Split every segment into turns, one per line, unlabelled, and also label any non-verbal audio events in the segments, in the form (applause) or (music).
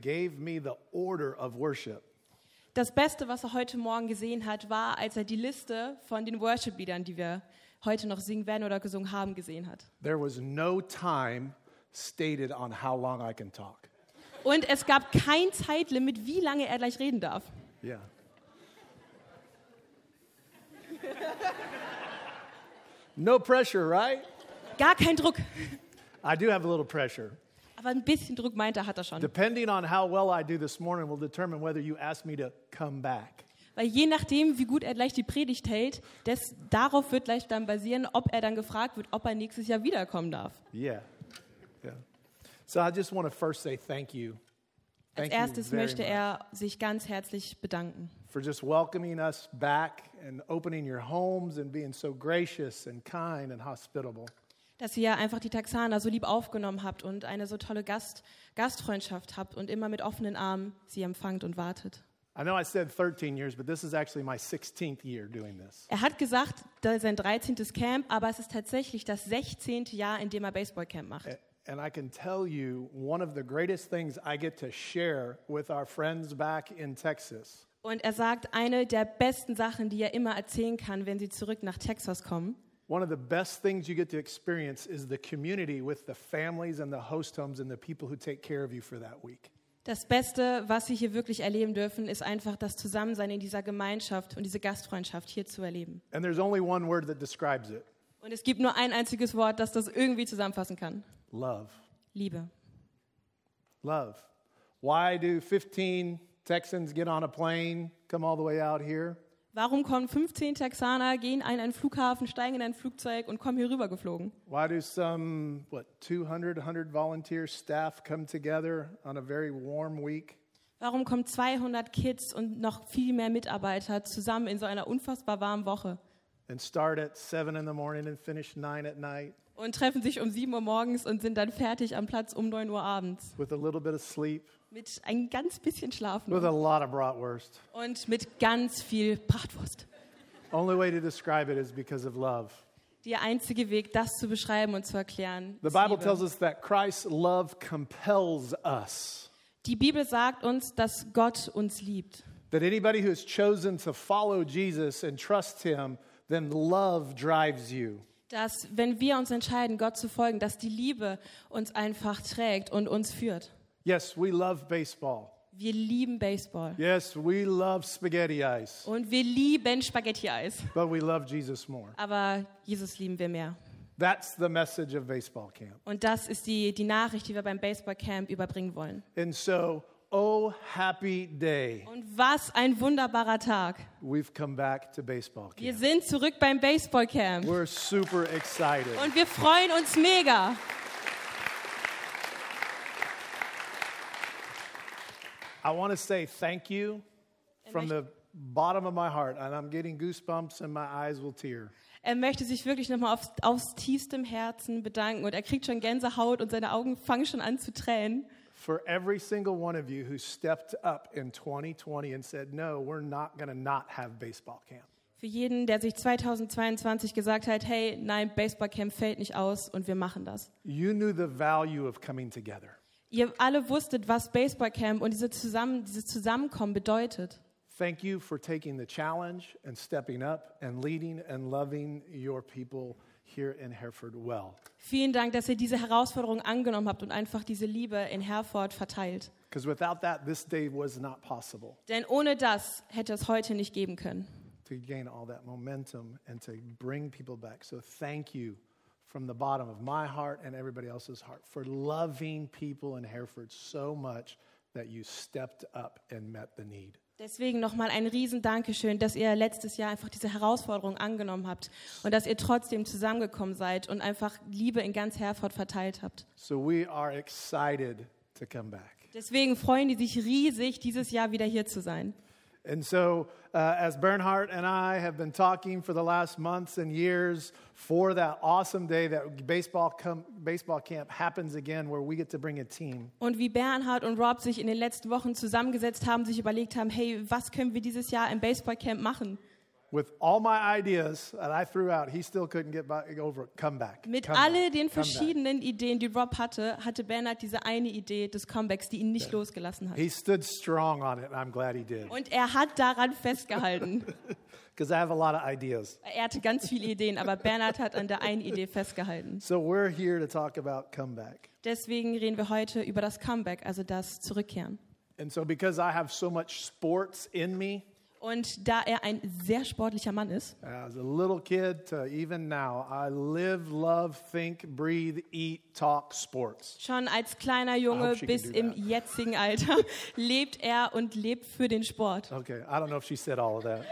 gave me the order of worship.
Das Beste, was er heute Morgen gesehen hat, war, als er die Liste von den Worship-Liedern, die wir heute noch singen werden oder gesungen haben, gesehen hat.
There was no time stated on how long I can talk.
Und es gab kein Zeitlimit, wie lange er gleich reden darf.
Yeah. (laughs) no pressure, right?
Gar kein Druck.
I do have a little pressure.
Aber ein bisschen Druck meint er, hat er schon.
Depending on how well I do this morning will determine whether you ask me to come back.
Weil je nachdem, wie gut er gleich die Predigt hält, des, darauf wird gleich dann basieren, ob er dann gefragt wird, ob er nächstes Jahr wiederkommen darf.
Yeah. Yeah. So I just want to first say thank you.
Als
Thank
erstes
you very
möchte
much
er sich ganz herzlich bedanken.
for just welcoming us back and opening your homes and being so gracious and kind and hospitable.
dass ihr einfach die Texaner so lieb aufgenommen habt und eine so tolle Gast, Gastfreundschaft habt und immer mit offenen Armen sie empfangt und wartet.
I know I said 13 years, but this is actually my 16th year doing this.
Er hat gesagt, das ist sein 13. Camp, aber es ist tatsächlich das 16. Jahr, in dem er Baseballcamp macht.
A- And I can tell you one of the greatest things I get to share with our friends back in Texas
Und er sagt, eine der besten Sachen, die er immer erzählen kann, wenn sie zurück nach Texas kommen,
One of the best things you get to experience is the community with the families and the host homes and the people who take care of you for that week.
das Beste, was sie hier wirklich erleben dürfen, ist einfach das Zusammensein in dieser Gemeinschaft und diese Gastfreundschaft hier zu erleben.
And there's only one word that describes it
Und es gibt nur ein einziges Wort, das das irgendwie zusammenfassen kann.
love.
Liebe.
Love. Why do 15 Texans get on a plane, come all the way out here?
Warum kommen 15 Texaner, gehen an einen Flughafen, steigen in ein Flugzeug und kommen hier rüber geflogen?
Why do some, what, 200, 100 volunteer staff come together on a very warm week?
Warum kommen 200 Kids und noch viel mehr Mitarbeiter zusammen in so einer unfassbar warmen Woche
And start at 7 in the morning and finish 9 at night
und treffen sich um 7 Uhr morgens und sind dann fertig am Platz um 9 Uhr abends
with a little bit of sleep,
mit ein ganz bisschen Schlaf
with a
nur
lot of bratwurst.
und mit ganz viel Bratwurst.
Only way to describe it is because of love.
Der einzige Weg, das zu beschreiben und zu erklären.
The
ist
Bible
Liebe.
tells us that Christ's love compels us.
Die Bibel sagt uns, dass Gott uns liebt.
That anybody who has chosen to follow Jesus and trust him, then love drives you.
dass wenn wir uns entscheiden, Gott zu folgen, dass die Liebe uns einfach trägt und uns führt.
Yes, we love baseball.
Wir lieben Baseball
Yes, we love spaghetti ice,
und wir lieben Spaghetti-Eis,
but we love Jesus more.
aber Jesus lieben wir mehr.
That's the message of baseball camp.
Und das ist die, die Nachricht, die wir beim Baseballcamp überbringen wollen.
And so, oh, happy day,
Und was ein wunderbarer Tag.
we've come back to baseball
Wir
camp.
sind zurück beim Baseballcamp
We're super excited.
und wir freuen uns mega.
I want to say thank you from the bottom of my heart, and I'm getting goosebumps and my eyes will tear.
Er möchte sich wirklich nochmal aufs, aufs tiefstem Herzen bedanken und er kriegt schon Gänsehaut und seine Augen fangen schon an zu tränen.
For every single one of you who stepped up in 2020 and said, No, we're not going to not have baseball camp.
Für jeden, der sich 2022 gesagt hat, hey, nein, Baseballcamp fällt nicht aus und wir machen das.
You knew the value of coming together.
Ihr alle wusstet, was Baseballcamp und diese Zusammen dieses Zusammenkommen bedeutet.
Thank you for taking the challenge and stepping up and leading and loving your people here in Hereford well.
Vielen Dank, dass ihr diese Herausforderung angenommen habt und einfach diese Liebe in Herford verteilt.
Because without that, this day was not possible
Denn ohne das hätte es heute nicht geben können.
to gain all that momentum and to bring people back. So thank you from the bottom of my heart and everybody else's heart for loving people in Hereford so much that you stepped up and met the need.
Deswegen nochmal ein riesen Dankeschön, dass ihr letztes Jahr einfach diese Herausforderung angenommen habt und dass ihr trotzdem zusammengekommen seid und einfach Liebe in ganz Herford verteilt habt.
So we are excited to come back.
Deswegen freuen die sich riesig, dieses Jahr wieder hier zu sein.
And so, uh, as Bernhard and I have been talking for the last months and years for that awesome day that baseball, com- baseball camp happens again, where we get to bring a team.
Und wie Bernhard und Rob sich in den letzten Wochen zusammengesetzt haben, sich überlegt haben, hey, was können wir dieses Jahr im Baseballcamp machen?
with all my ideas that I threw out, he still couldn't get by, over it. Come back.
Mit
come
all
back, come
den
back.
verschiedenen Ideen, die Rob hatte, hatte Bernhard diese eine Idee des Comebacks, die ihn nicht losgelassen hat.
He stood strong on it, and I'm glad he did.
Und er hat daran festgehalten. (laughs)
Because I have a lot of ideas.
Er hatte ganz viele Ideen, aber Bernhard hat an der einen Idee festgehalten.
So we're here to talk about comeback.
Deswegen reden wir heute über das Comeback, also das Zurückkehren.
And so, because I have so much sports in me,
Und da er ein sehr sportlicher Mann ist,
as a little kid to even now, I live, love, think, breathe, eat, talk sports.
schon als kleiner
I
Junge
hope she can
bis
do
im
that.
jetzigen Alter, (laughs) lebt er und lebt für den Sport.
Okay, I don't know if she said all of that.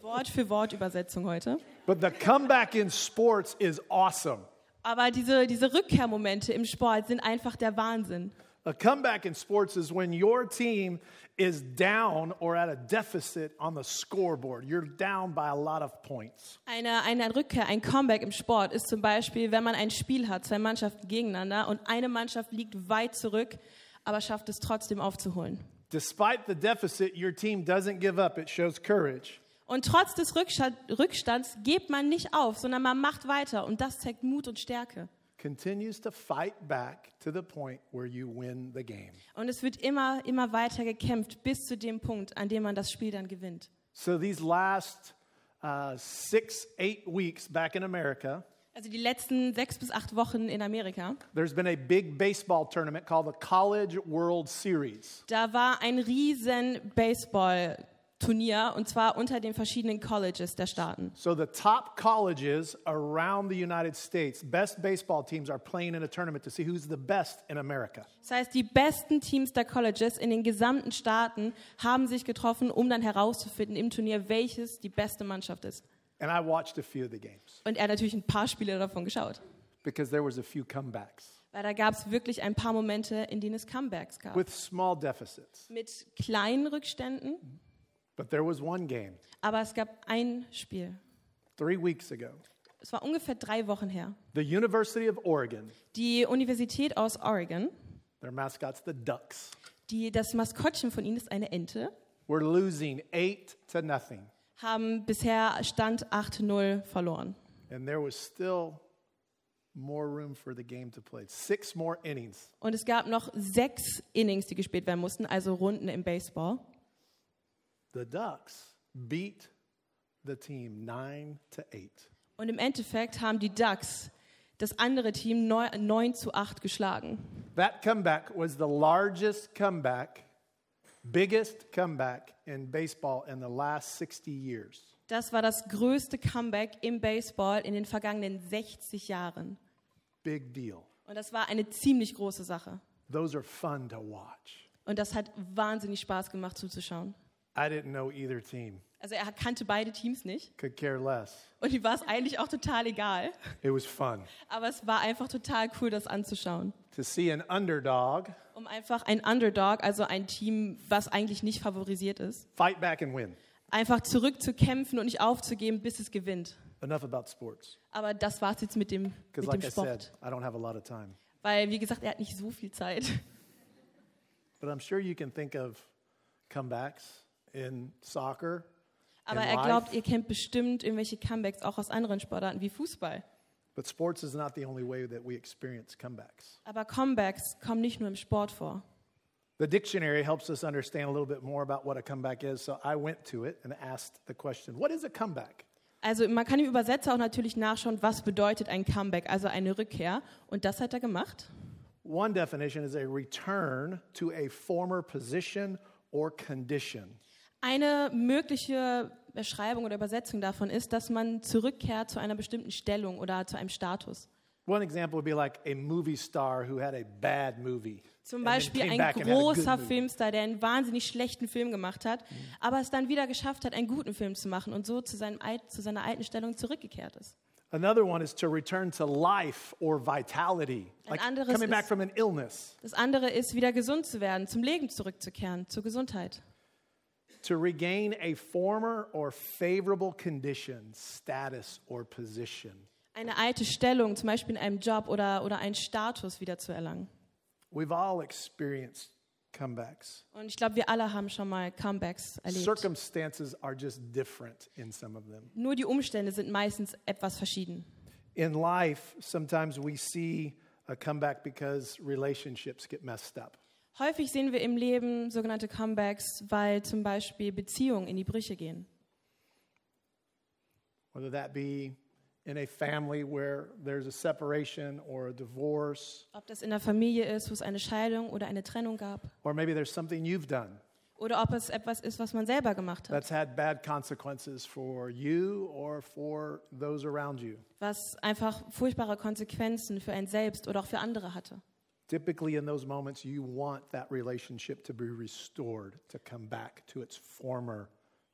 Wort für Wort Übersetzung heute.
But the comeback in sports is awesome.
Aber diese, diese Rückkehrmomente im Sport sind einfach der Wahnsinn.
A comeback in sports is when your team is down or at a deficit on the scoreboard. You're down by a lot of points.
Eine, eine Rückkehr, ein Comeback im Sport ist zum Beispiel, wenn man ein Spiel hat, zwei Mannschaften gegeneinander und eine Mannschaft liegt weit zurück, aber schafft es trotzdem aufzuholen.
Despite the deficit, your team doesn't give up, it shows courage.
Und trotz des Rücksta- Rückstands gibt man nicht auf, sondern man macht weiter und das zeigt Mut und Stärke.
Continues to fight back to the point where you win the game.
Und es wird immer, immer weiter gekämpft bis zu dem Punkt, an dem man das Spiel dann gewinnt.
So these last uh, six, eight weeks back in America,
Also die letzten sechs bis acht Wochen in Amerika,
there's been a big baseball tournament called the College World Series.
da war ein riesen Baseball-Turnier und zwar unter den verschiedenen Colleges der Staaten.
So the top colleges around the United States, best baseball teams are playing in a tournament to see who's the best in America.
Das heißt, die besten Teams der Colleges in den gesamten Staaten haben sich getroffen, um dann herauszufinden im Turnier, welches die beste Mannschaft ist.
And I watched a few of the games
Und er hat natürlich ein paar Spiele davon geschaut.
because there was a few comebacks
Weil da gab es wirklich ein paar Momente, in denen es Comebacks gab.
with small deficits.
Mit kleinen Rückständen,
But there was one game
aber es gab ein Spiel.
3 weeks ago.
Es war ungefähr drei Wochen her.
The University of Oregon,
Die Universität aus Oregon,
their mascot's the Ducks,
die, das Maskottchen von ihnen ist eine Ente,
were losing 8 to nothing.
haben bisher Stand 8-0 verloren.
And there was still more room for the game to play. Six more innings.
Und es gab noch sechs Innings, die gespielt werden mussten, also Runden im Baseball.
The Ducks beat the team 9 to 8.
Und im Endeffekt haben die Ducks das andere Team 9, 9 zu 8 geschlagen.
That comeback was the largest comeback, biggest comeback in baseball in the last 60 years.
Das war das größte Comeback im Baseball in den vergangenen 60 Jahren.
Big deal.
Und das war eine ziemlich große Sache.
Those are fun to watch.
Und das hat wahnsinnig Spaß gemacht zuzuschauen.
I didn't know either team
Also er kannte beide Teams nicht
could care less.
und ihm war es eigentlich auch total egal.
It was fun
Aber es war einfach total cool, das anzuschauen.
to see an underdog
Um einfach ein Underdog, also ein Team, was eigentlich nicht favorisiert ist,
fight back and win.
einfach zurückzukämpfen und nicht aufzugeben, bis es gewinnt.
Enough about sports.
Aber das war's jetzt mit dem,
Because,
mit
like
dem
I said,
Sport.
I don't have a lot of time.
Weil, wie gesagt, er hat nicht so viel Zeit.
But I'm sure you can think of comebacks in soccer.
Aber
in
er
life.
glaubt, ihr kennt bestimmt irgendwelche Comebacks auch aus anderen Sportarten wie Fußball.
But sports is not the only way that we experience comebacks.
Aber Comebacks kommen nicht nur im Sport vor.
The dictionary helps us understand a little bit more about what a comeback is. So I went to it and asked the question What is a comeback?
Also man kann im Übersetzer auch natürlich nachschauen, was bedeutet ein Comeback, also eine Rückkehr. Und das hat er gemacht.
One definition is a return to a former position or condition.
Eine mögliche Beschreibung oder Übersetzung davon ist, dass man zurückkehrt zu einer bestimmten Stellung oder zu einem Status.
One example would be like a movie star who had a bad movie. and then
Zum Beispiel
came
ein
back and had a good
großer
movie. Mhm.
Filmstar, der einen wahnsinnig schlechten Film gemacht hat, aber es dann wieder geschafft hat, einen guten Film zu machen und so zu, seinem, alt- zu seiner alten Stellung zurückgekehrt ist.
Another one is to return to life or vitality,
Ein
like
anderes
coming back
ist-
from an illness,
Das andere ist, wieder gesund zu werden, zum Leben zurückzukehren, zur Gesundheit.
to regain a former or favorable condition, status, or position.
Eine alte Stellung, zum Beispiel in einem Job oder, oder einen Status wieder zu erlangen.
We've all experienced comebacks.
Und ich glaube, wir alle haben schon mal Comebacks erlebt.
Circumstances are just different in some of them.
Nur die Umstände sind meistens etwas verschieden.
In life, sometimes we see a comeback because relationships get messed up.
Häufig sehen wir im Leben sogenannte Comebacks, weil zum Beispiel Beziehungen in die Brüche gehen.
whether that be in a family where there's a separation or a divorce,
Ob das in der Familie ist, wo es eine Scheidung oder eine Trennung gab.
or maybe there's something you've done
Oder ob es etwas ist, was man selber gemacht hat,
that's had bad consequences for you or for those around you.
was einfach furchtbare Konsequenzen für einen selbst oder auch für andere hatte.
Typically, in those moments, you want that relationship to be restored, to come back to its former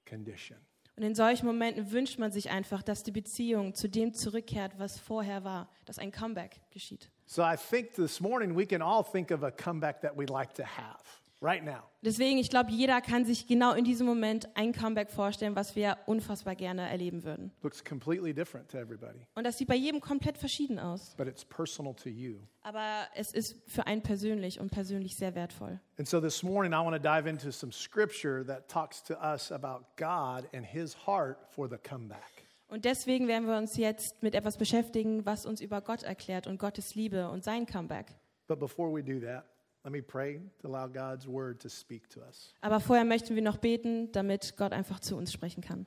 condition.
Und in solchen Momenten wünscht man sich einfach, dass die Beziehung zu dem zurückkehrt, was vorher war, dass ein Comeback geschieht.
So I think this morning we can all think of a comeback that we'd like to have right now.
Deswegen, ich glaube, jeder kann sich genau in diesem Moment ein Comeback vorstellen, was wir unfassbar gerne erleben würden.
Looks completely different to everybody,
Und das sieht bei jedem komplett verschieden aus.
but it's personal to you.
Aber es ist für einen persönlich und persönlich sehr wertvoll.
And so this morning, I want to dive into some scripture that talks to us about God and his heart for the comeback.
Und deswegen werden wir uns jetzt mit etwas beschäftigen, was uns über Gott erklärt und Gottes Liebe und sein Comeback.
But before we do that, let me pray to allow God's word to speak to us.
Aber vorher möchten wir noch beten, damit Gott einfach zu uns sprechen kann.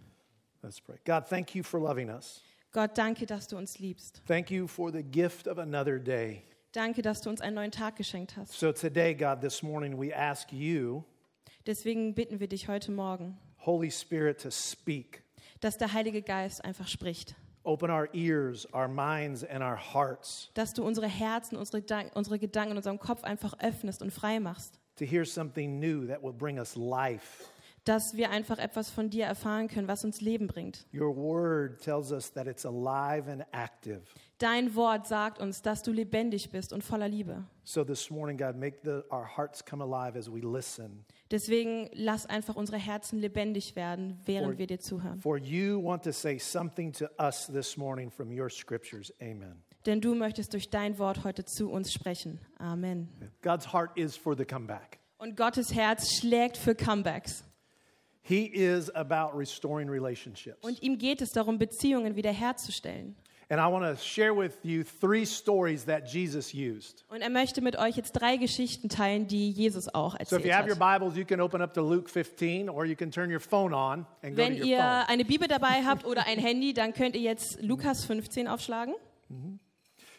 Let's pray. God, thank you for loving us.
Gott, danke, dass du uns liebst.
Thank you for the gift of another day.
Danke, dass du uns einen neuen Tag geschenkt hast.
So today, God, this morning, we ask you,
Deswegen bitten wir dich heute Morgen,
Holy Spirit, to speak.
dass der Heilige Geist einfach spricht.
Open our ears, our minds, and our hearts
Dass du unsere Herzen, unsere, Gedank- unsere Gedanken in unserem Kopf einfach öffnest und frei machst.
to hear something new that will bring us life.
Dass wir einfach etwas von dir erfahren können, was uns Leben bringt.
Your word tells us that it's alive and active.
Dein Wort sagt uns, dass du lebendig bist und voller Liebe.
So this morning, God, make the, our hearts come alive as we listen.
Deswegen lass einfach unsere Herzen lebendig werden, während
Or-
wir dir zuhören.
For you want to say something to us this morning from your scriptures. Amen.
Denn du möchtest durch dein Wort heute zu uns sprechen. Amen.
God's heart is for the comeback.
Und Gottes Herz schlägt für Comebacks.
He is about restoring relationships.
Und ihm geht es darum, Beziehungen wiederherzustellen.
And I want to share with you three stories that Jesus used.
Und er möchte mit euch jetzt drei Geschichten teilen, die Jesus auch
So if
erzählt
you have your
hat.
Bibles, you can open up to Luke 15 or you can turn your phone on and go to
Wenn
your phone.
ihr eine Bibel dabei habt oder ein Handy, dann könnt ihr jetzt Lukas 15 aufschlagen.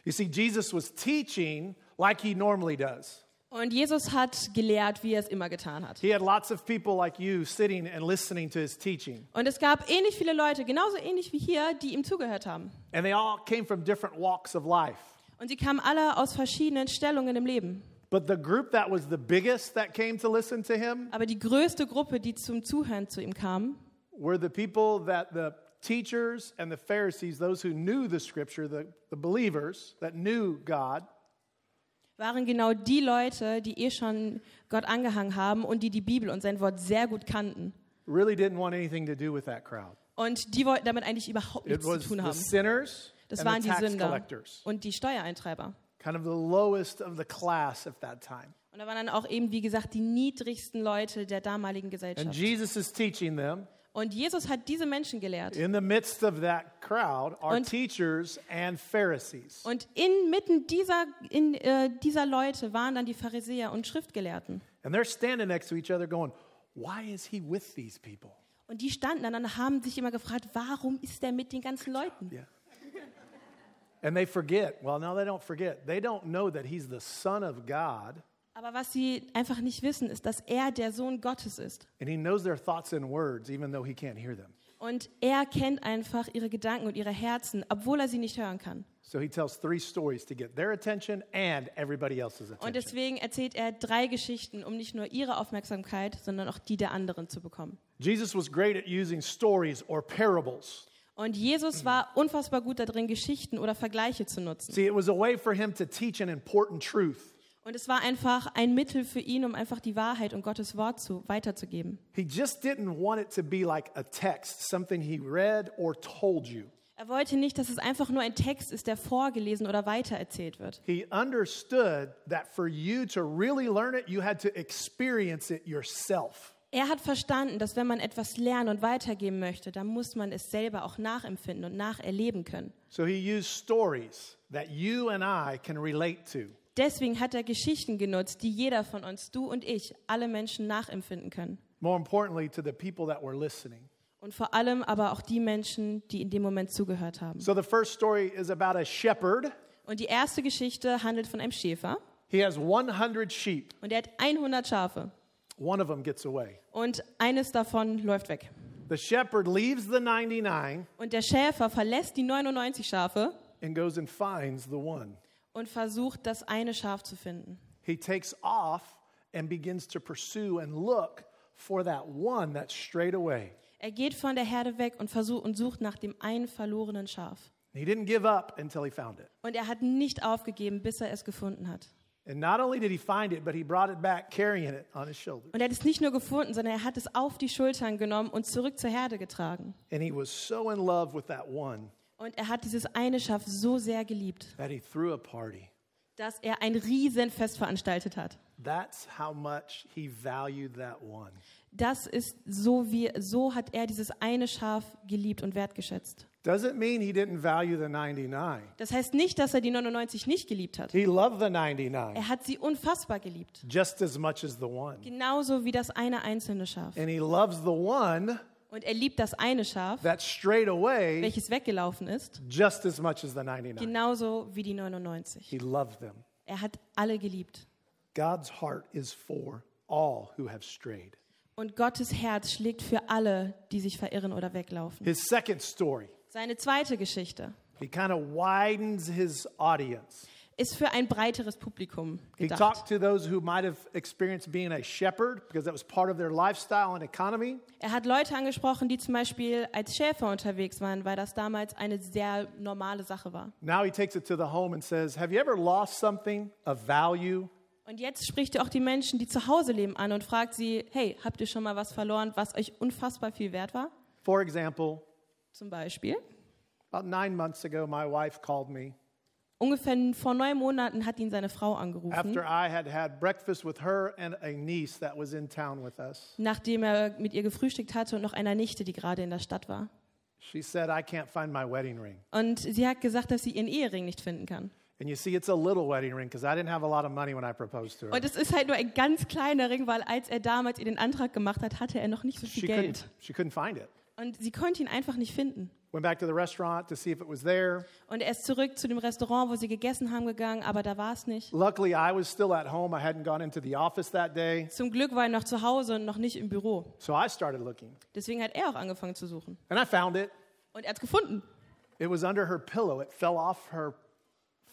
You see, Jesus was teaching like he normally does.
Und Jesus hat gelehrt, wie er es immer getan hat.
He had lots of people like you sitting and listening to his teaching.
Und es gab ähnlich viele Leute, genauso ähnlich wie hier, die ihm zugehört haben.
And they all came from different walks of life.
Und sie kamen alle aus verschiedenen Stellungen im Leben.
But the group that was the biggest that came to listen to him
Aber die größte Gruppe, die zum Zuhören zu ihm kam,
were the people that the teachers and the Pharisees, those who knew the scripture, the, the believers that knew God,
waren genau die Leute, die eh schon Gott angehangen haben und die die Bibel und sein Wort sehr gut kannten.
really didn't want anything to do with that crowd.
Und die wollten damit eigentlich überhaupt
It
nichts zu
was
tun
the
haben.
sinners
Das
and
waren
the
die
tax
Sünder
collectors,
und die Steuereintreiber.
kind of the lowest of the class at that time.
Und da waren dann auch eben, wie gesagt, die niedrigsten Leute der damaligen
And
Gesellschaft.
Jesus is teaching them.
Und Jesus hat diese Menschen gelehrt.
In the midst of that crowd are
Und-
teachers and Pharisees.
Und inmitten dieser, in, äh, dieser Leute waren dann die Pharisäer und Schriftgelehrten.
And they're standing next to each other going, Why is he with these people?
Und die standen dann und haben sich immer gefragt, warum ist er mit den ganzen Leuten?
Yeah. And they forget. Well, no, they don't forget. They don't know that he's the Son of God
Aber was sie einfach nicht wissen, ist, dass er der Sohn Gottes ist.
and he knows their thoughts and words, even though he can't hear them.
Und er kennt einfach ihre Gedanken und ihre Herzen, obwohl er sie nicht hören kann.
So he tells three stories to get their attention and everybody else's
Und
attention.
deswegen erzählt er drei Geschichten, um nicht nur ihre Aufmerksamkeit, sondern auch die der anderen zu bekommen.
Jesus was great at using stories or parables.
Und Jesus war unfassbar gut darin, Geschichten oder Vergleiche zu nutzen.
See, it was a way for him to teach an important truth.
Und es war einfach ein Mittel für ihn, um einfach die Wahrheit und Gottes Wort zu, weiterzugeben.
He just didn't want it to be like a text, something he read or told you.
Er wollte nicht, dass es einfach nur ein Text ist, der vorgelesen oder weitererzählt wird.
He understood that for you to really learn it, you had to experience it yourself.
Er hat verstanden, dass wenn man etwas lernen und weitergeben möchte, dann muss man es selber auch nachempfinden und nacherleben können.
So he used stories that you and I can relate to.
Deswegen hat er Geschichten genutzt, die jeder von uns, du und ich, alle Menschen nachempfinden können.
More importantly, to the people that were listening.
Und vor allem aber auch die Menschen, die in dem Moment zugehört haben.
So the first story is about a shepherd.
Und die erste Geschichte handelt von einem Schäfer
He has 100 sheep.
und er hat 100 Schafe
One of them gets away.
und eines davon läuft weg.
The shepherd leaves the 99
Und der Schäfer verlässt die 99 Schafe
and goes and finds the one.
und versucht, das eine Schaf zu finden.
He takes off and begins to pursue and look for that one that's strayed away.
Er geht von der Herde weg und versucht und sucht nach dem einen verlorenen Schaf.
He didn't give up until he found it.
Und er hat nicht aufgegeben, bis er es gefunden hat.
And not only did he find it, but he brought it back carrying it on his shoulder.
Und er hat es nicht nur gefunden, sondern er hat es auf die Schultern genommen und zurück zur Herde getragen.
And he was so in love with that one
Und er hat dieses eine Schaf so sehr geliebt,
that he threw a party.
dass er ein Riesenfest veranstaltet hat.
That's how much he valued that one.
Das ist so wie so hat er dieses eine Schaf geliebt und wertgeschätzt.
Doesn't mean he didn't value the 99.
Das heißt nicht, dass er die 99 nicht geliebt hat.
He loved the 99
Er hat sie unfassbar geliebt,
just as much as the one.
genauso wie das eine einzelne Schaf.
And he loves the one
Und er liebt das eine Schaf,
that strayed away
welches weggelaufen ist,
just as much as the 99.
genauso wie die 99.
He loved them.
Er hat alle geliebt.
God's heart is for all who have strayed.
Und Gottes Herz schlägt für alle, die sich verirren oder weglaufen.
His second story,
Seine zweite Geschichte
he kind of widens his audience.
ist für ein breiteres Publikum
He
gedacht.
talked to those who might have experienced being a shepherd because that was part of their lifestyle and economy.
Er hat Leute angesprochen, die zum Beispiel als Schäfer unterwegs waren, weil das damals eine sehr normale Sache war.
Now he takes it to the home and says, Have you ever lost something of value?
Und jetzt spricht er auch die Menschen, die zu Hause leben, an und fragt sie, hey, habt ihr schon mal was verloren, was euch unfassbar viel wert war?
For example,
Zum Beispiel.
about nine months ago, my wife called me
Ungefähr vor neun Monaten hat ihn seine Frau angerufen,
after I had had breakfast with her and a niece that was in town with us.
nachdem er mit ihr gefrühstückt hatte und noch einer Nichte, die gerade in der Stadt war.
She said, I can't find my wedding ring.
Und sie hat gesagt, dass sie ihren Ehering nicht finden kann.
And you see, it's a little wedding ring because I didn't have a lot of money when I proposed to her.
Und es ist halt nur ein ganz kleiner Ring, weil als er damals ihr den Antrag gemacht hat, hatte er noch nicht so
She
viel
couldn't,
Geld.
she couldn't find it.
Und sie konnte ihn einfach nicht finden.
Went back to the restaurant to see if it was there.
Und er ist zurück zu dem Restaurant, wo sie gegessen haben, gegangen, aber da war es nicht.
Luckily, I was still at home. I hadn't gone into the office that day.
Zum Glück war er noch zu Hause und noch nicht im Büro.
So I started looking
Deswegen hat er auch angefangen zu suchen.
and I found it.
Und er hat es gefunden.
It was under her pillow. It fell off her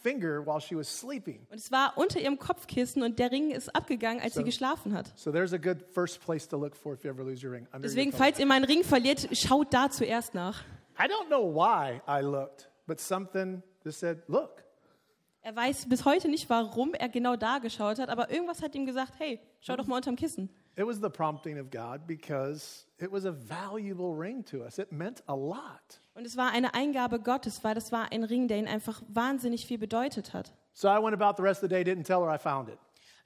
finger while she was sleeping.
Und es war unter ihrem Kopfkissen und der Ring ist abgegangen, als sie geschlafen hat.
So there's a good first place to look for if you ever lose your ring. Under your
Deswegen,
pillow.
falls ihr meinen Ring verliert, schaut da zuerst nach.
I don't know why I looked, but something just said, look.
Er weiß bis heute nicht, warum er genau da geschaut hat, aber irgendwas hat ihm gesagt, hey, schau doch mal unterm Kissen.
It was the prompting of God because it was a valuable ring to us. It meant a lot.
Und es war eine Eingabe Gottes, weil das war ein Ring, der ihn einfach wahnsinnig viel bedeutet hat.
So I went about the rest of the day, didn't tell her I found it.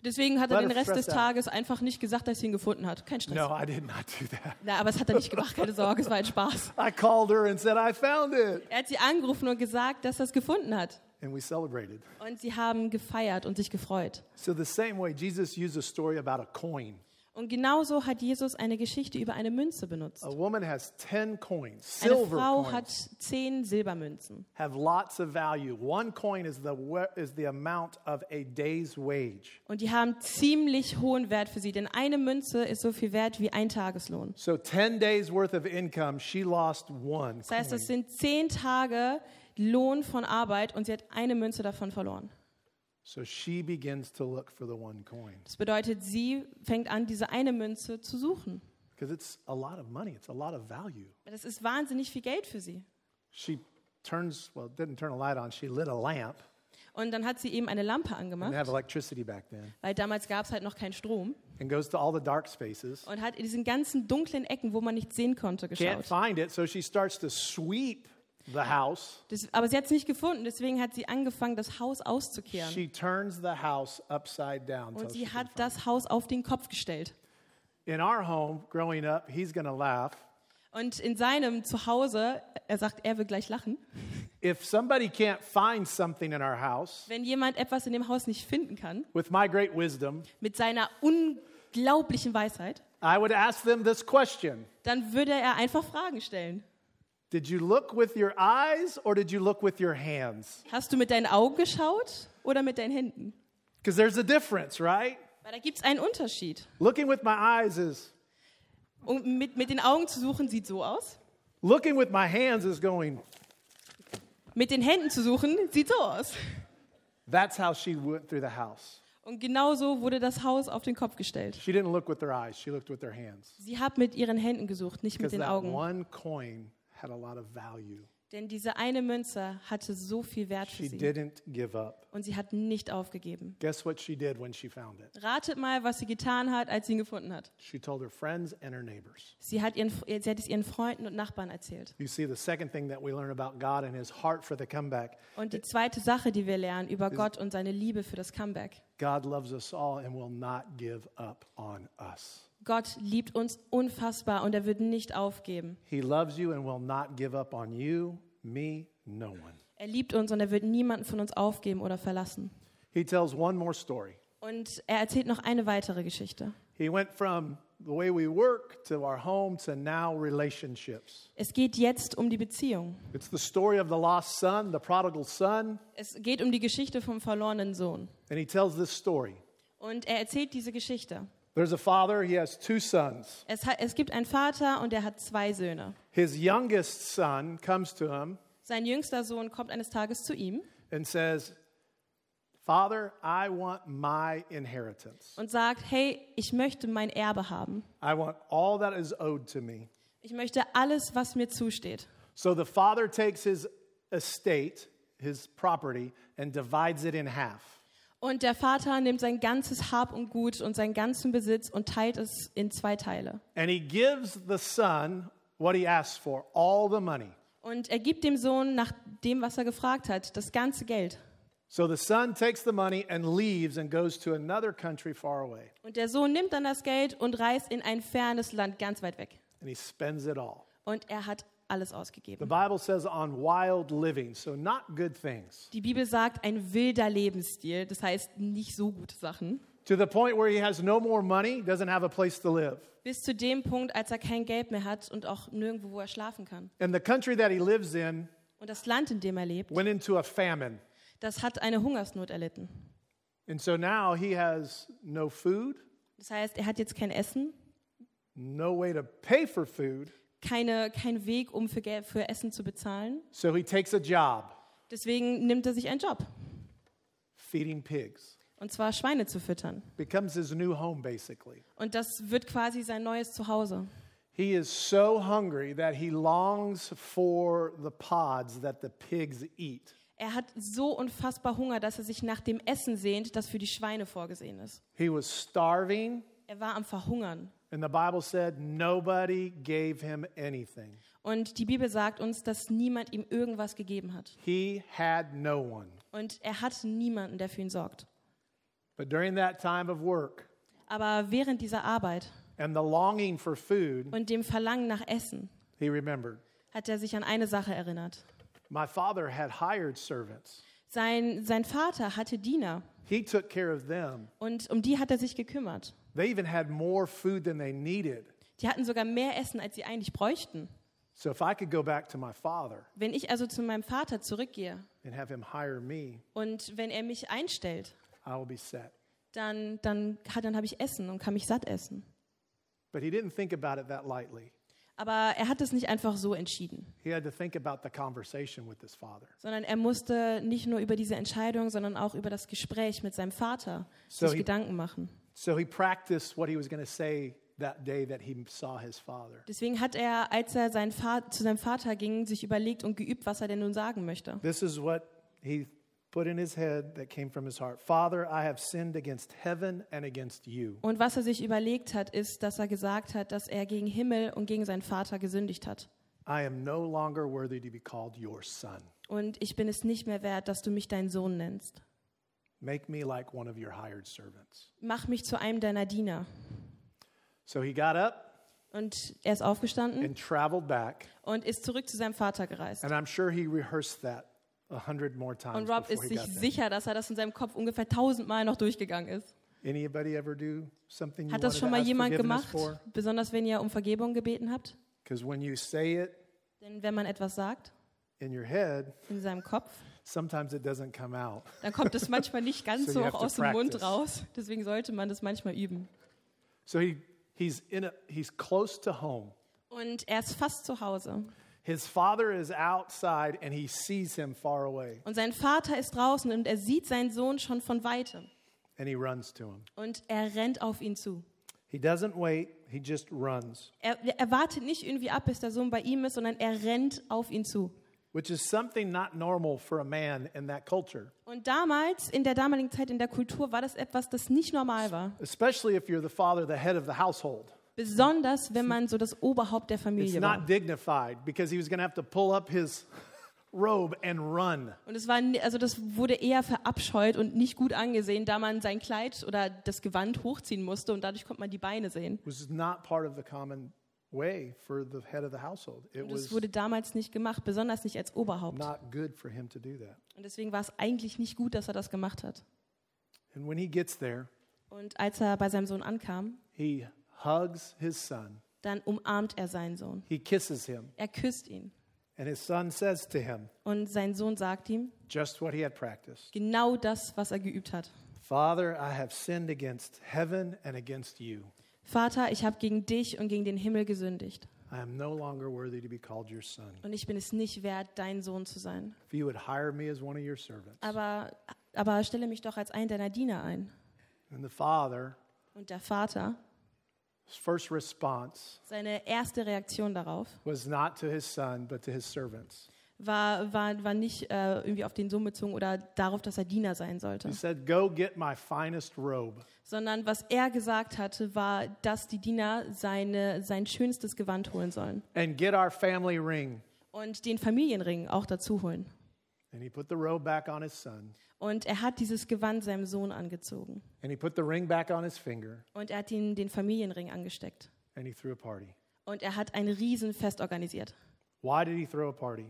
Deswegen hat er
Let us
den Rest
stress
des
out.
Tages einfach nicht gesagt, dass er ihn gefunden hat. Kein Stress.
No, I did not do that.
Na, aber es hat er nicht gemacht, keine Sorge, es war ein Spaß.
I called her and said, I found it.
Er hat sie angerufen und gesagt, dass er es gefunden hat.
And we celebrated.
Und sie haben gefeiert und sich gefreut.
So, the same way, Jesus used a story about a coin.
Und genauso hat Jesus eine Geschichte über eine Münze benutzt.
A woman has 10 coins,
Eine
Oh, silver
Frau
coins,
hat zehn Silbermünzen.
have lots of value. One coin is the, wa- is the amount of a day's wage.
Und die haben ziemlich hohen Wert für sie, denn eine Münze ist so viel wert wie ein Tageslohn.
So, 10 days worth of income, she lost one.
Das heißt,
coin.
das sind zehn Tage Lohn von Arbeit und sie hat eine Münze davon verloren.
So, she begins to look for the one coin
Das bedeutet, sie fängt an, diese eine Münze zu suchen.
because it's a lot of money, it's a lot of value.
Das ist wahnsinnig viel Geld für sie.
She turns, well, didn't turn a light on, she lit a lamp.
Und dann hat sie eben eine Lampe
Didn't have
angemacht,
electricity back then.
weil damals gab es halt noch keinen Strom,
And goes to all the dark spaces.
und hat in diesen ganzen dunklen Ecken, wo man nichts sehen konnte,
Can't
geschaut.
find it, so she starts to sweep the house.
Das, aber sie hat es nicht gefunden, deswegen hat sie angefangen, das Haus auszukehren.
She turns the house upside down.
Und
till she
sie
can
hat
find-
das Haus auf den Kopf gestellt.
In our home, growing up, he's going to laugh.
Und in seinem Zuhause, er sagt, er will gleich lachen,
If somebody can't find something in our house,
wenn jemand etwas in dem Haus nicht finden kann,
with my great wisdom,
mit seiner unglaublichen Weisheit,
I would ask them this question
dann würde er einfach Fragen stellen.
Did you look with your eyes or did you look with your hands?
Hast du mit deinen Augen geschaut oder mit deinen Händen?
Because there's a difference, right?
Weil da gibt es einen Unterschied.
Looking with my eyes is
Und Um mit, mit den Augen zu suchen sieht so aus.
looking with my hands is going,
Mit den Händen zu suchen sieht so aus.
that's how she went through the house.
Und genau so wurde das Haus auf den Kopf gestellt.
She didn't look with her eyes, she looked with her hands.
Sie hat mit ihren Händen gesucht, nicht mit
Because
den
that
Augen.
one coin had a lot of value.
Denn diese eine Münze hatte so viel Wert für
She
sie.
didn't give up.
Und sie hat nicht aufgegeben.
Guess what she did when she found it?
Ratet mal, was sie getan hat, als sie ihn gefunden hat.
She told her friends and her neighbors.
Sie hat, ihren, sie hat es ihren Freunden und Nachbarn erzählt.
You see, the second thing that we learn about God and his heart for the comeback
Und die zweite Sache, die wir lernen über Gott und seine Liebe für das Comeback.
God loves us all and will not give up on us.
Gott liebt uns unfassbar und er wird nicht aufgeben.
He loves you and will not give up on you, me, no one.
Er liebt uns und er wird niemanden von uns aufgeben oder verlassen.
He tells one more story.
Und er erzählt noch eine weitere Geschichte.
He went from the way we work to our home to now relationships.
Es geht jetzt um die Beziehung.
It's the story of the lost son, the prodigal son,
Es geht um die Geschichte vom verlorenen Sohn.
and he tells this story.
Und er erzählt diese Geschichte.
There's a father, he has two sons.
Es, hat, es gibt einen Vater und er hat zwei Söhne.
His youngest son comes to him
Sein jüngster Sohn kommt eines Tages zu ihm
and says, Father, I want my inheritance.
und sagt, hey, ich möchte mein Erbe haben.
I want all that is owed to me.
Ich möchte alles, was mir zusteht.
So the father takes his estate, his property, and divides it in half.
Und der Vater nimmt sein ganzes Hab und Gut und seinen ganzen Besitz und teilt es in zwei Teile.
And he gives the son what he asks for all the money.
Und er gibt dem Sohn nach dem, was er gefragt hat, das ganze Geld.
So the son takes the money and leaves and goes to another country far away.
Und der Sohn nimmt dann das Geld und reist in ein fernes Land ganz weit weg.
And he spends it all.
Und er hat alles
The
ausgegeben.
Bible says on wild living, so not good things,
Die Bibel sagt, ein wilder Lebensstil, das heißt nicht so gute Sachen.
to the point where he has no more money, doesn't have a place to live.
Bis zu dem Punkt, als er kein Geld mehr hat und auch nirgendwo, wo er schlafen kann.
And the country that he lives in
Und das Land, in dem er lebt,
went into a famine.
das hat eine Hungersnot erlitten.
And so now he has no food,
Das heißt, er hat jetzt kein Essen,
no way to pay for food,
keine, keinen Weg, um für, Geld, für Essen zu bezahlen.
so he takes a job
Deswegen nimmt er sich einen Job.
feeding pigs.
Und zwar Schweine zu füttern.
Becomes his new home, basically.
Und das wird quasi sein neues Zuhause.
He is so hungry that he longs for the pods that the pigs eat.
Er hat so unfassbar Hunger, dass er sich nach dem Essen sehnt, das für die Schweine vorgesehen ist.
He was starving,
Er war am Verhungern.
and the Bible said nobody gave him anything.
Und die Bibel sagt uns, dass niemand ihm irgendwas gegeben hat.
He had no one.
Und er hat niemanden, der für ihn sorgt.
But during that time of work
Aber während dieser Arbeit
and the longing for food,
und dem Verlangen nach Essen
he remembered.
hat er sich an eine Sache erinnert.
My father had hired servants.
Sein, sein Vater hatte Diener
He took care of them.
und um die hat er sich gekümmert.
They even had more food than they needed.
Die hatten sogar mehr Essen, als sie eigentlich bräuchten.
So if I could go back to my father
Wenn ich also zu meinem Vater zurückgehe
and have him hire me,
und wenn er mich einstellt,
I will be set.
dann, dann, hat- dann habe ich Essen und kann mich satt essen.
But he didn't think about it that lightly.
Aber er hat es nicht einfach so entschieden,
He had to think about the conversation with his father.
sondern er musste nicht nur über diese Entscheidung, sondern auch über das Gespräch mit seinem Vater
So
sich
he-
Gedanken machen.
So he practiced what he was going to say that day that he saw his father.
Deswegen hat er, als er seinen Fa- zu seinem Vater ging, sich überlegt und geübt, was er denn nun sagen möchte.
This is what he put in his head that came from his heart Father, I have sinned against heaven and against you.
Und was er sich überlegt hat, ist, dass er gesagt hat, dass er gegen Himmel und gegen seinen Vater gesündigt hat.
I am no longer worthy to be called your son.
Und ich bin es nicht mehr wert, dass du mich deinen Sohn nennst.
Make me like one of your hired servants.
Mach mich zu einem deiner Diener.
So he got up
Und er ist aufgestanden
and traveled back,
und ist zurück zu seinem Vater gereist.
and I'm sure he rehearsed that a hundred more times
Und Rob
before
ist
he
sich
got there.
sicher, dass er das in seinem Kopf ungefähr tausendmal noch durchgegangen ist.
Anybody ever do something you
Hat
wanted
das schon
to
mal
ask
jemand
forgiveness
gemacht?
for?
Besonders wenn ihr um Vergebung gebeten habt?
Because when you say it
Denn wenn man etwas sagt
in your head,
in seinem Kopf,
sometimes it doesn't come out.
dann kommt es
(laughs)
manchmal nicht
So
ganz
you
so
have
auch
to
aus dem Mund
practice.
raus. Deswegen sollte man das manchmal üben.
So he, he's in a, he's close to home.
Und er ist fast zu Hause.
His father is outside and he sees him far away
Und sein Vater ist draußen und er sieht seinen Sohn schon von weitem.
and he runs to him.
Und er rennt auf ihn zu.
He doesn't wait, he just runs,
Er, er wartet nicht irgendwie ab, bis der Sohn bei ihm ist, sondern er rennt auf ihn zu.
which is something not normal for a man in that culture,
Und damals, in der damaligen Zeit, in der Kultur, war das etwas, das nicht normal war.
especially if you're the father, the head of the household.
Besonders, wenn man so das Oberhaupt der
It's
Familie
not
war.
dignified because he was going to have to pull up his (laughs) robe and run.
Und es war, ni- also das wurde eher verabscheut und nicht gut angesehen, da man sein Kleid oder das Gewand hochziehen musste und dadurch konnte man die Beine sehen.
It was not part of the common way for the head of the household. It
Und das
was
wurde damals nicht gemacht, besonders nicht als Oberhaupt.
not good for him to do that.
Und deswegen war es eigentlich nicht gut, dass er das gemacht hat.
And when he gets there,
Und als er bei seinem Sohn ankam,
he hugs his son,
dann umarmt er seinen Sohn.
he kisses him,
Er küsst ihn.
and his son says to him
Und sein Sohn sagt ihm
just what he had practiced.
genau das, was er geübt hat.
Father, I have sinned against heaven and against you.
Vater, ich habe gegen dich und gegen den Himmel gesündigt.
I am no longer worthy to be called your son.
Und ich bin es nicht wert, dein Sohn zu sein.
If you would hire me as one of your servants.
Aber, aber stelle mich doch als einen deiner Diener ein.
And the father,
Und der Vater,
his first response
seine erste Reaktion darauf
was not to his son, but to his servants.
war, war, war nicht äh, irgendwie auf den Sohn bezogen oder darauf, dass er Diener sein sollte,
He said, Go get my finest robe.
sondern was er gesagt hatte, war, dass die Diener seine, sein schönstes Gewand holen sollen
and get our family ring.
und den Familienring auch dazu holen.
And he put the robe back on his son,
Und er hat dieses Gewand seinem Sohn angezogen
and he put the ring back on his finger,
und er hat ihm den Familienring angesteckt
and he threw a party.
und er hat ein Riesenfest organisiert.
Why did he throw a party?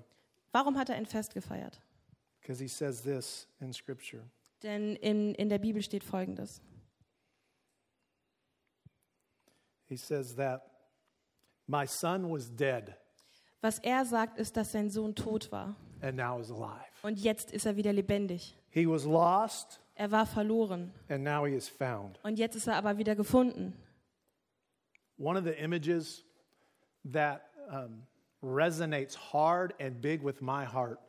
Warum hat er ein Fest gefeiert?
Because he says this in Scripture
Denn in, in der Bibel steht Folgendes.
He says that my son was dead
Was er sagt, ist, dass sein Sohn tot war
and now is alive.
und jetzt ist er wieder lebendig.
He was lost
Er war verloren
and now he is found.
und jetzt ist er aber wieder gefunden.
One of the images that um, resonates hard and big with my heart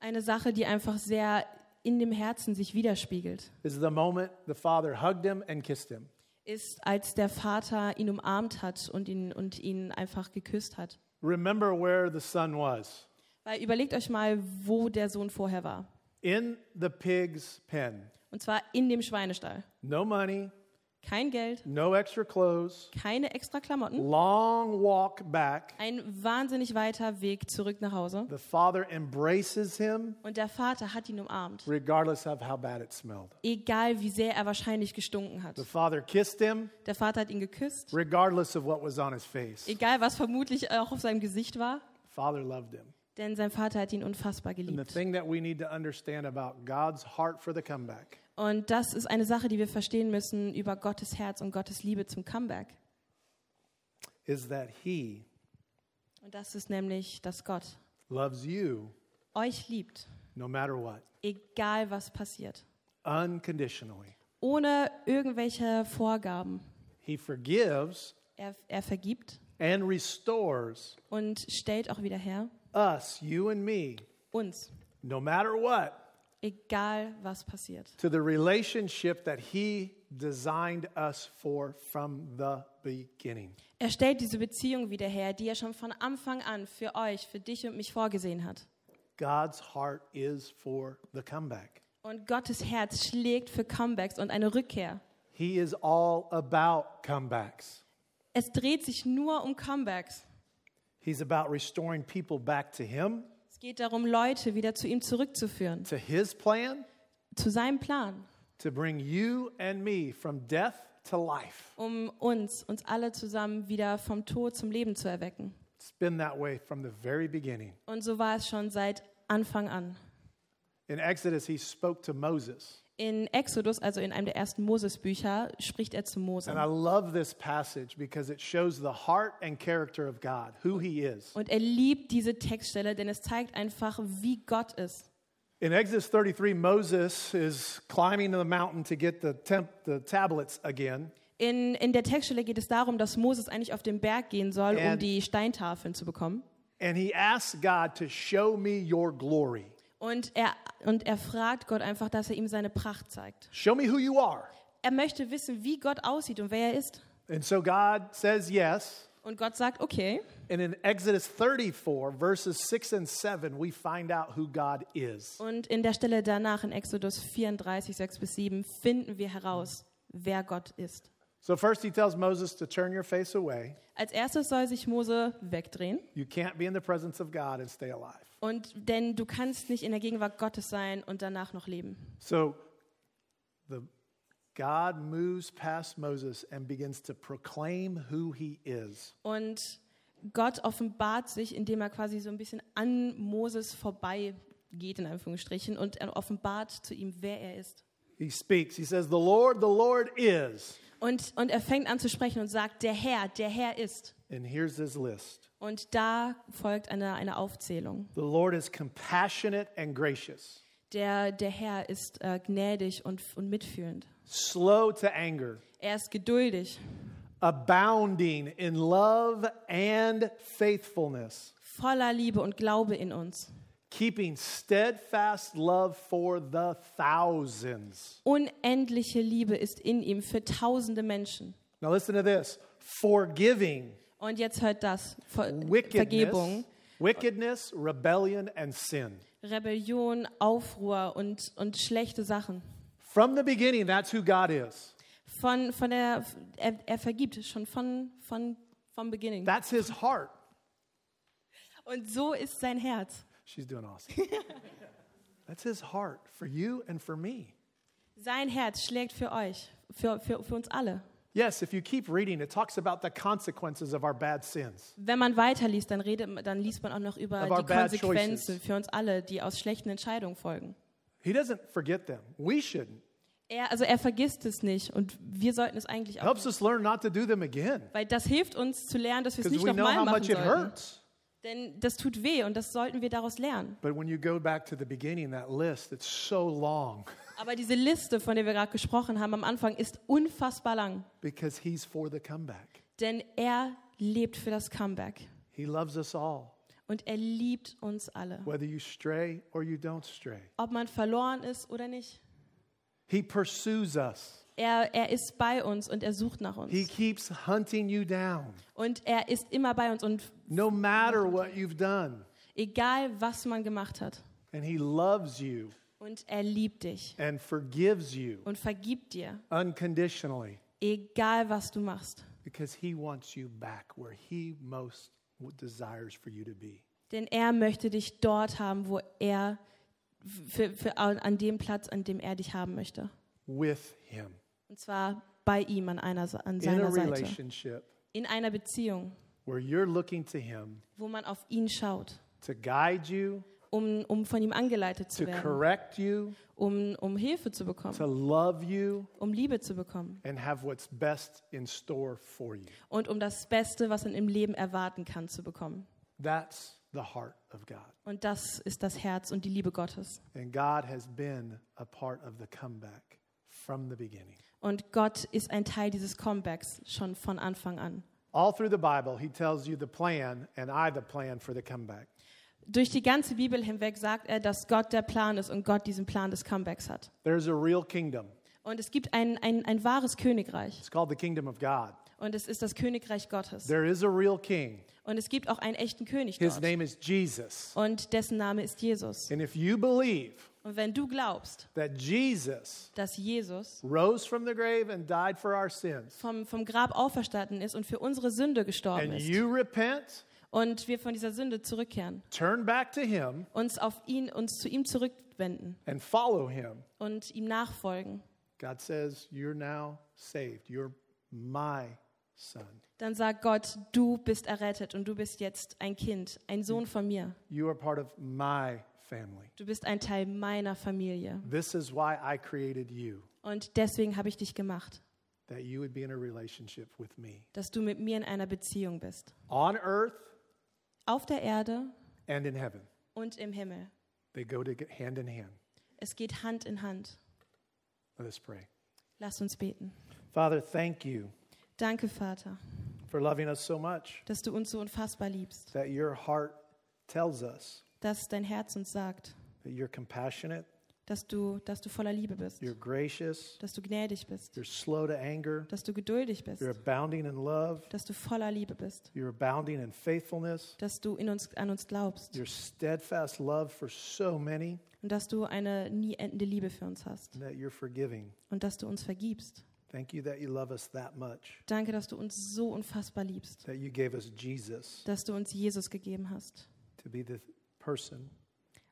Eine Sache, die einfach sehr in dem Herzen sich widerspiegelt,
is the moment the father hugged him and kissed him.
ist, als der Vater ihn umarmt hat und ihn, und ihn einfach geküsst hat.
Remember where the son was.
Weil überlegt euch mal, wo der Sohn vorher war.
in the pig's pen.
Und zwar in dem Schweinestall.
No money,
Kein Geld,
no extra clothes,
keine extra Klamotten.
long walk back.
Ein wahnsinnig weiter Weg zurück nach Hause.
The father embraces him
Und der Vater hat ihn umarmt.
regardless of how bad it smelled.
Egal, wie sehr er wahrscheinlich gestunken hat.
The father kissed him
Der Vater hat ihn geküsst.
regardless of what was on his face.
Egal, was vermutlich auch auf seinem Gesicht war.
Father loved him.
Denn sein Vater hat ihn unfassbar
And the
geliebt.
thing that we need to understand about God's heart for the comeback
Und das ist eine Sache, die wir verstehen müssen über Gottes Herz und Gottes Liebe zum Comeback.
is that he
Und das ist nämlich, dass Gott
loves you
euch liebt,
no matter what,
egal was passiert.
unconditionally.
Ohne irgendwelche Vorgaben.
He forgives
Er, er vergibt
and restores
und stellt auch wieder her
us, you and me,
uns,
no matter what.
egal was passiert.
to the relationship that he designed us for from the beginning.
Er stellt diese Beziehung wieder her, die er schon von Anfang an für euch, für dich und mich vorgesehen hat.
God's heart is for the comeback.
Und Gottes Herz schlägt für Comebacks und eine Rückkehr.
He is all about comebacks.
Es dreht sich nur um Comebacks.
He's about restoring people back to Him,
Es geht darum, Leute wieder zu ihm zurückzuführen,
to His plan,
zu seinem Plan,
to bring you and me from death to life.
um uns, uns alle zusammen wieder vom Tod zum Leben zu erwecken.
It's been that way from the very beginning.
Und so war es schon seit Anfang an.
In Exodus, He spoke to Moses.
In Exodus, also in einem der ersten Moses-Bücher, spricht er zu Mose.
And I love this passage because it shows the heart and character of God, who He is.
Und er liebt diese Textstelle, denn es zeigt einfach, wie Gott ist.
In Exodus 33, Moses is climbing the mountain to get the, temp, the tablets again.
In, in der Textstelle geht es darum, dass Moses eigentlich auf den Berg gehen soll,
Ja.
um die Steintafeln zu bekommen.
And he asks God to show me your glory.
Und er, und er fragt Gott einfach, dass er ihm seine Pracht zeigt.
Show me who you are.
Er möchte wissen, wie Gott aussieht und wer er ist.
And so God says yes.
Und Gott sagt, okay.
And in Exodus 34, verses 6 and 7, we find out who God is.
Und in der Stelle danach, in Exodus 34, 6 bis 7, finden wir heraus, wer Gott ist.
So first he tells Moses to turn your face away.
Als erstes soll sich Mose wegdrehen.
You can't be in the presence of God and stay alive.
Und denn du kannst nicht in der Gegenwart Gottes sein und danach noch leben.
So the God moves past Moses and begins to proclaim who he is.
Und Gott offenbart sich, indem er quasi so ein bisschen an Moses vorbeigeht, in Anführungsstrichen, und er offenbart zu ihm, wer er ist.
He speaks. He says, The Lord, the Lord is.
Und, und er fängt an zu sprechen und sagt, der Herr, der Herr ist.
And here's his list
Und da folgt eine, eine Aufzählung.
The Lord is compassionate and gracious,
Der, der Herr ist äh, gnädig und, und mitfühlend.
slow to anger,
Er ist geduldig,
abounding in love and faithfulness,
voller Liebe und Glaube in uns.
keeping steadfast love for the thousands.
Unendliche Liebe ist in ihm für tausende Menschen.
Now, listen to this forgiving
Und jetzt hört das. Ver
wickedness,
Vergebung,
wickedness, rebellion, and sin.
Rebellion, Aufruhr und, und schlechte Sachen.
From the beginning, that's who God is.
Von, von der, er, er vergibt schon von, von, vom Beginning.
That's his heart.
Und so ist sein Herz.
She's doing awesome. That's his heart for you and for me.
Sein Herz schlägt für euch, für, für, für uns alle.
Yes, if you keep reading, it talks about the consequences of our bad sins.
Wenn man weiterliest, dann, redet, dann liest man auch noch über
Of our
die
bad
Konsequenzen
choices.
für uns alle, die aus schlechten Entscheidungen folgen.
He doesn't forget them. We shouldn't.
Er, also er vergisst es nicht und wir sollten es eigentlich auch.
Helps us learn not to do them again
Weil das hilft uns zu lernen, dass wir es
because
nicht
we know
nochmal
how
machen
much it
sollten.
hurts.
Denn das tut weh und das sollten wir daraus lernen.
But when you go back to the beginning, that list, it's so long (laughs)
Aber diese Liste, von der wir gerade gesprochen haben am Anfang, ist unfassbar lang.
because he's for the comeback.
Denn er lebt für das Comeback.
He loves us all,
Und er liebt uns alle.
whether you stray or you don't stray.
Ob man verloren ist oder nicht.
He pursues us,
Er, er ist bei uns und er sucht nach uns.
He keeps hunting you down
Und er ist immer bei uns. Und
no matter what you've done.
egal, was man gemacht hat.
And he loves you
Und er liebt dich
and forgives you
und vergibt dir,
unconditionally
egal, was du machst.
because he wants you back where he most desires for you to be.
Denn er möchte dich dort haben, wo er, für, für, an dem Platz, an dem er dich haben möchte.
With him
Und zwar bei ihm an, einer, Se- an
in a
seiner Seite.
relationship
In einer Beziehung,
where you're looking to him
wo man auf ihn schaut,
to guide you,
um, um von ihm angeleitet
to
zu werden,
correct you,
um, um Hilfe zu
to
bekommen,
love you,
um Liebe zu bekommen
and have what's best in store for you.
und um das Beste, was man im Leben erwarten kann, zu bekommen.
That's the heart of God.
Und das ist das Herz und die Liebe Gottes.
And God has been a part of the comeback from the beginning.
Und Gott ist ein Teil dieses Comebacks schon von Anfang an.
All through the Bible, he tells you the plan, and I the plan for the comeback.
Durch die ganze Bibel hinweg sagt er, dass Gott der Plan ist und Gott diesen Plan des Comebacks hat.
There's a real kingdom.
Und es gibt ein, ein, ein wahres Königreich
It's called the kingdom of God.
und es ist das Königreich Gottes.
There is a real king.
Und es gibt auch einen echten König
His
dort.
name is Jesus.
Und dessen Name ist Jesus.
And if you believe
Und wenn du glaubst,
that Jesus
dass Jesus
rose from the grave and died for our sins,
vom, vom Grab auferstanden ist und für unsere Sünde gestorben
and
ist
you repent
und wir von dieser Sünde zurückkehren,
turn back to Him,
uns auf ihn, uns zu ihm zurückwenden
and follow Him,
und ihm nachfolgen,
God says, You're now saved. You're my son.
dann sagt Gott, du bist errettet und du bist jetzt ein Kind, ein Sohn von mir.
You are part of my family.
Du bist ein Teil meiner Familie.
This is why I created you,
Und deswegen habe ich dich gemacht,
that you would be in a relationship with me
dass du mit mir in einer Beziehung bist.
on earth
Auf der Erde
and in heaven.
und im Himmel.
They go to hand in hand.
Es geht Hand in Hand.
Let us pray.
Lass uns beten.
Father, thank you
Danke, Vater,
for loving us so much
dass du uns so unfassbar liebst,
that your heart tells us
dass dein Herz uns sagt,
that you're compassionate,
dass du, dass du voller Liebe bist,
you're gracious,
dass du gnädig bist,
you're slow to anger,
dass du geduldig bist,
you're abounding in love,
dass du voller Liebe bist,
you're abounding in faithfulness,
dass du in uns, an uns glaubst
your steadfast love for so many,
und dass du eine nie endende Liebe für uns hast
and that you're forgiving.
und dass du uns vergibst.
Thank you that you love us that much,
Danke, dass du uns so unfassbar liebst,
that you gave us Jesus
dass du uns Jesus gegeben hast,
to be the person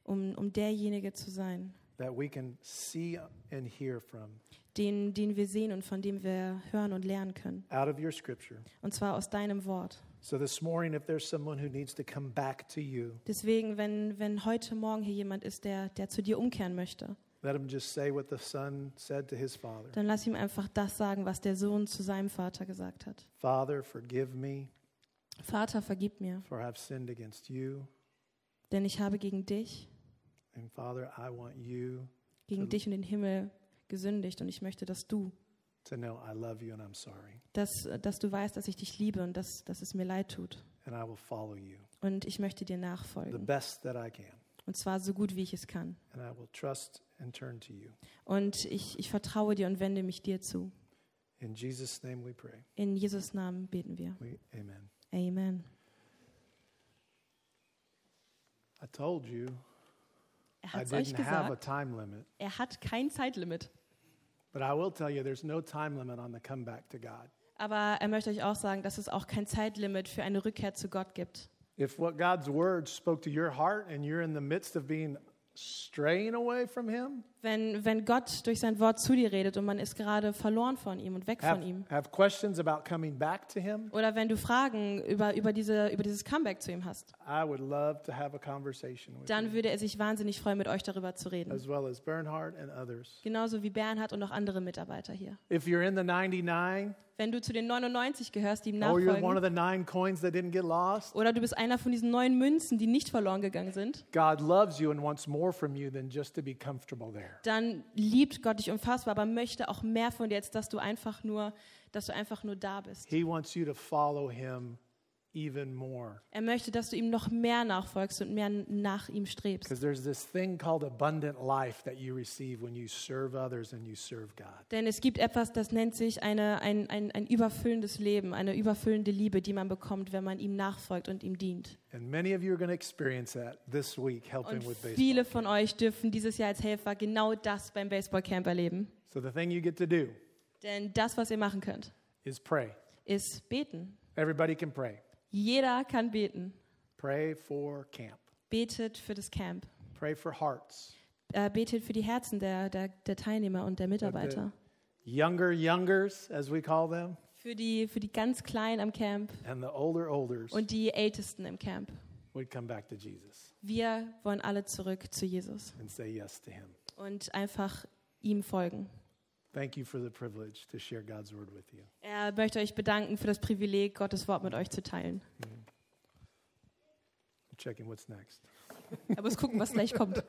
um, um derjenige zu sein,
that we can see and hear from
den, den wir sehen und von dem wir hören und lernen können.
out of your scripture.
Und zwar aus deinem Wort.
So this morning, if there's someone who needs to come back to you,
Deswegen, wenn, wenn heute Morgen hier jemand ist, der, der zu dir umkehren möchte,
let him just say what the son said to his father
dann lass ihm einfach das sagen, was der Sohn zu seinem Vater gesagt hat.
Father, forgive me,
Vater, vergib mir,
for I've sinned against you.
denn ich habe gegen dich,
And Father, I want you
gegen
Dann-
dich und den Himmel gesündigt und ich möchte, dass du,
to know I love you and I'm sorry.
dass, dass du weißt, dass ich dich liebe und dass, dass es mir leid tut.
And I will follow you
Und ich möchte dir
the
nachfolgen.
best that I can.
Und zwar so gut, wie ich es kann.
And I will trust and turn to you.
Und ich, ich vertraue dir und wende mich dir zu.
In Jesus' name we pray.
In Jesus' Namen beten wir.
We, amen.
Amen.
I told you I
Er hat euch
didn't have a
gesagt,
time limit,
er hat kein Zeitlimit.
but I will tell you there's no time limit on the comeback to God.
Aber er möchte euch auch sagen, dass es auch kein Zeitlimit für eine Rückkehr zu Gott gibt.
If what God's word spoke to your heart and you're in the midst of being straying away from Him,
Wenn, wenn Gott durch sein Wort zu dir redet und man ist gerade verloren von ihm und weg
have,
von ihm.
have questions about coming back to Him,
Oder wenn du Fragen über, über, diese, über dieses Comeback zu ihm hast,
I would love to have a conversation with
dann
you,
würde er sich wahnsinnig freuen, mit euch darüber zu reden.
as well as Bernhard and others.
Genauso wie Bernhard und auch andere Mitarbeiter hier.
If you're in the 99
Wenn du zu den 99 gehörst, die ihm
or Oh, you're one
nachfolgen,
of the nine coins that didn't get lost,
Oder du bist einer von diesen neuen Münzen, die nicht verloren gegangen sind.
God loves you and wants more from you than just to be comfortable there.
Dann liebt Gott dich unfassbar, aber möchte auch mehr von dir, als dass du einfach nur, dass du einfach nur da bist.
He wants you to follow Him even more
Er möchte, dass du ihm noch mehr nachfolgst und mehr nach ihm strebst.
because there's this thing called abundant life that you receive when you serve others and you serve God.
Denn es gibt etwas, das nennt sich eine, ein, ein, ein überfüllendes Leben, eine überfüllende Liebe, die man bekommt, wenn man ihm nachfolgt und ihm dient.
And many of you are going to experience that this week helping
Und
with baseball.
viele von euch dürfen dieses Jahr als Helfer genau das beim Baseballcamp erleben.
So the thing you get to do
Denn das, was ihr machen könnt,
is pray.
ist beten.
Everybody can pray.
Jeder kann beten.
Pray for camp.
Betet für das Camp.
Pray for hearts.
äh, betet für die Herzen der, der, der Teilnehmer und der Mitarbeiter.
Younger youngers, as we call them,
Für die, für die ganz Kleinen am Camp
and the older olders
und die Ältesten im Camp.
would come back to Jesus
Wir wollen alle zurück zu Jesus
and say yes to him.
und einfach ihm folgen.
Thank you for the privilege to share God's word with you.
Er möchte euch bedanken für das Privileg, Gottes Wort mit euch zu teilen.
I'm Mm-hmm. checking what's next.
Er muss gucken, was gleich kommt.